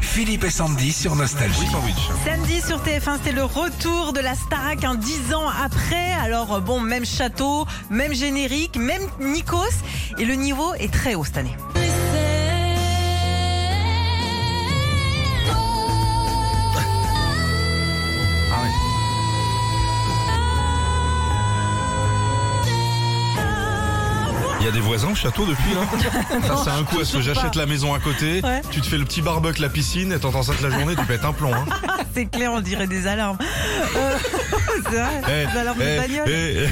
Philippe et Sandy sur Nostalgie. Samedi sur TF1, c'était le retour de la Starac hein, 10 ans après. Alors euh, bon, même château, même générique, même Nikos. Et le niveau est très haut cette année. Il y a des voisins au château depuis là Ça c'est un coup parce que toujours j'achète pas. la maison à côté, Ouais. tu te fais le petit barbecue la piscine et t'entends ça toute la journée, tu pètes un plomb hein. C'est clair, on dirait des alarmes. Euh, c'est vrai, Eh, des alarmes eh, de bagnole.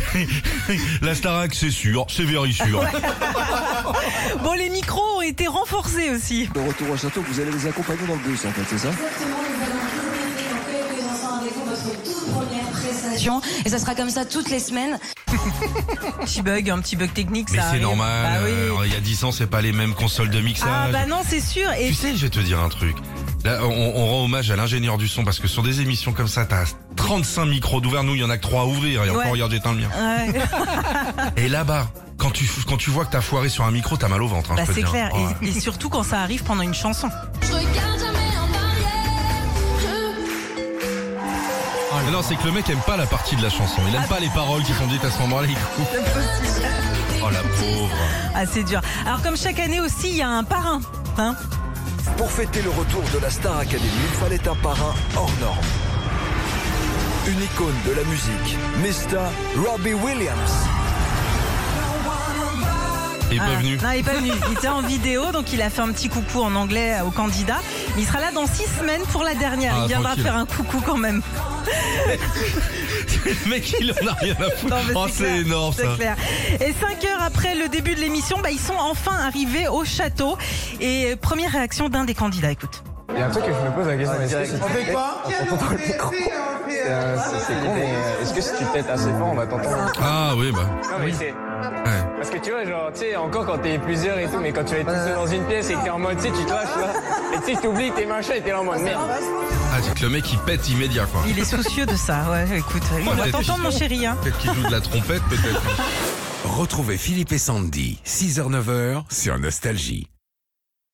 eh, la Starac c'est sûr, c'est very sûr. eh. Bon, les micros ont été renforcés aussi. Le retour au château, vous allez les accompagner dans le bus, en fait, c'est ça Exactement, nous allons réunir et accueillir les enfants avec vous, votre toute première prestation. Et ça sera comme ça toutes les semaines. Petit bug, un petit bug technique, Mais ça. c'est arrive. normal, Bah oui. euh, il y a 10 ans c'est pas les mêmes consoles de mixage. Ah bah non, c'est sûr. Et Tu sais, je vais te dire un truc. Là, on, on rend hommage à l'ingénieur du son parce que sur des émissions comme ça, t'as 35 micros d'ouvert. Nous, il y en a que 3 à ouvrir. Et Ouais. encore, regarde, j'éteins le mien. Ouais. Et là-bas, quand tu, quand tu vois que t'as foiré sur un micro, t'as mal au ventre. hein, Bah, je peux te c'est dire. clair. Ouais. Et, et surtout quand ça arrive pendant une chanson. Je regarde jamais en barrière. Mais non, c'est que le mec aime pas la partie de la chanson. Il aime pas les paroles qui sont dites à ce moment-là. Il coupe. Oh la pauvre. Ah, c'est dur. Alors, comme chaque année aussi, il y a un parrain. Hein Pour fêter le retour de la Star Academy, il fallait un parrain hors norme. Une icône de la musique, Mr. Robbie Williams. Et Ah, bienvenue. Non, il est pas venu. Il était en vidéo, donc il a fait un petit coucou en anglais euh, au candidat. Mais Il sera là dans six semaines pour la dernière. Ah, il viendra tranquille. faire un coucou quand même. le mec, il en a rien à foutre. Non, mais oh, c'est clair, énorme c'est ça. clair. Et cinq heures après le début de l'émission, bah, ils sont enfin arrivés au château. Et euh, première réaction d'un des candidats, écoute. Il y a un truc que je me pose la question, est-ce que c'est... On fait quoi euh, C'est con, mais euh, est-ce que si tu pètes assez fort, on va t'entendre Ah oui, bah. Non, mais c'est... Ouais. Parce que tu vois, genre, tu sais, encore quand t'es plusieurs et tout, mais quand tu vas être tout seul dans une pièce et que t'es en mode, tu sais, tu te lâches, là, et tu sais, t'oublies tes machins et t'es là en mode merde. Ah, c'est que le mec, il pète immédiat, quoi. Il est soucieux de ça. Ouais, écoute. Il Ouais, va t'es- t'entendre, bah, mon chéri. Hein. Peut-être qu'il joue de la trompette, peut-être. Retrouvez Philippe et Sandy, 6h-9h sur Nostalgie.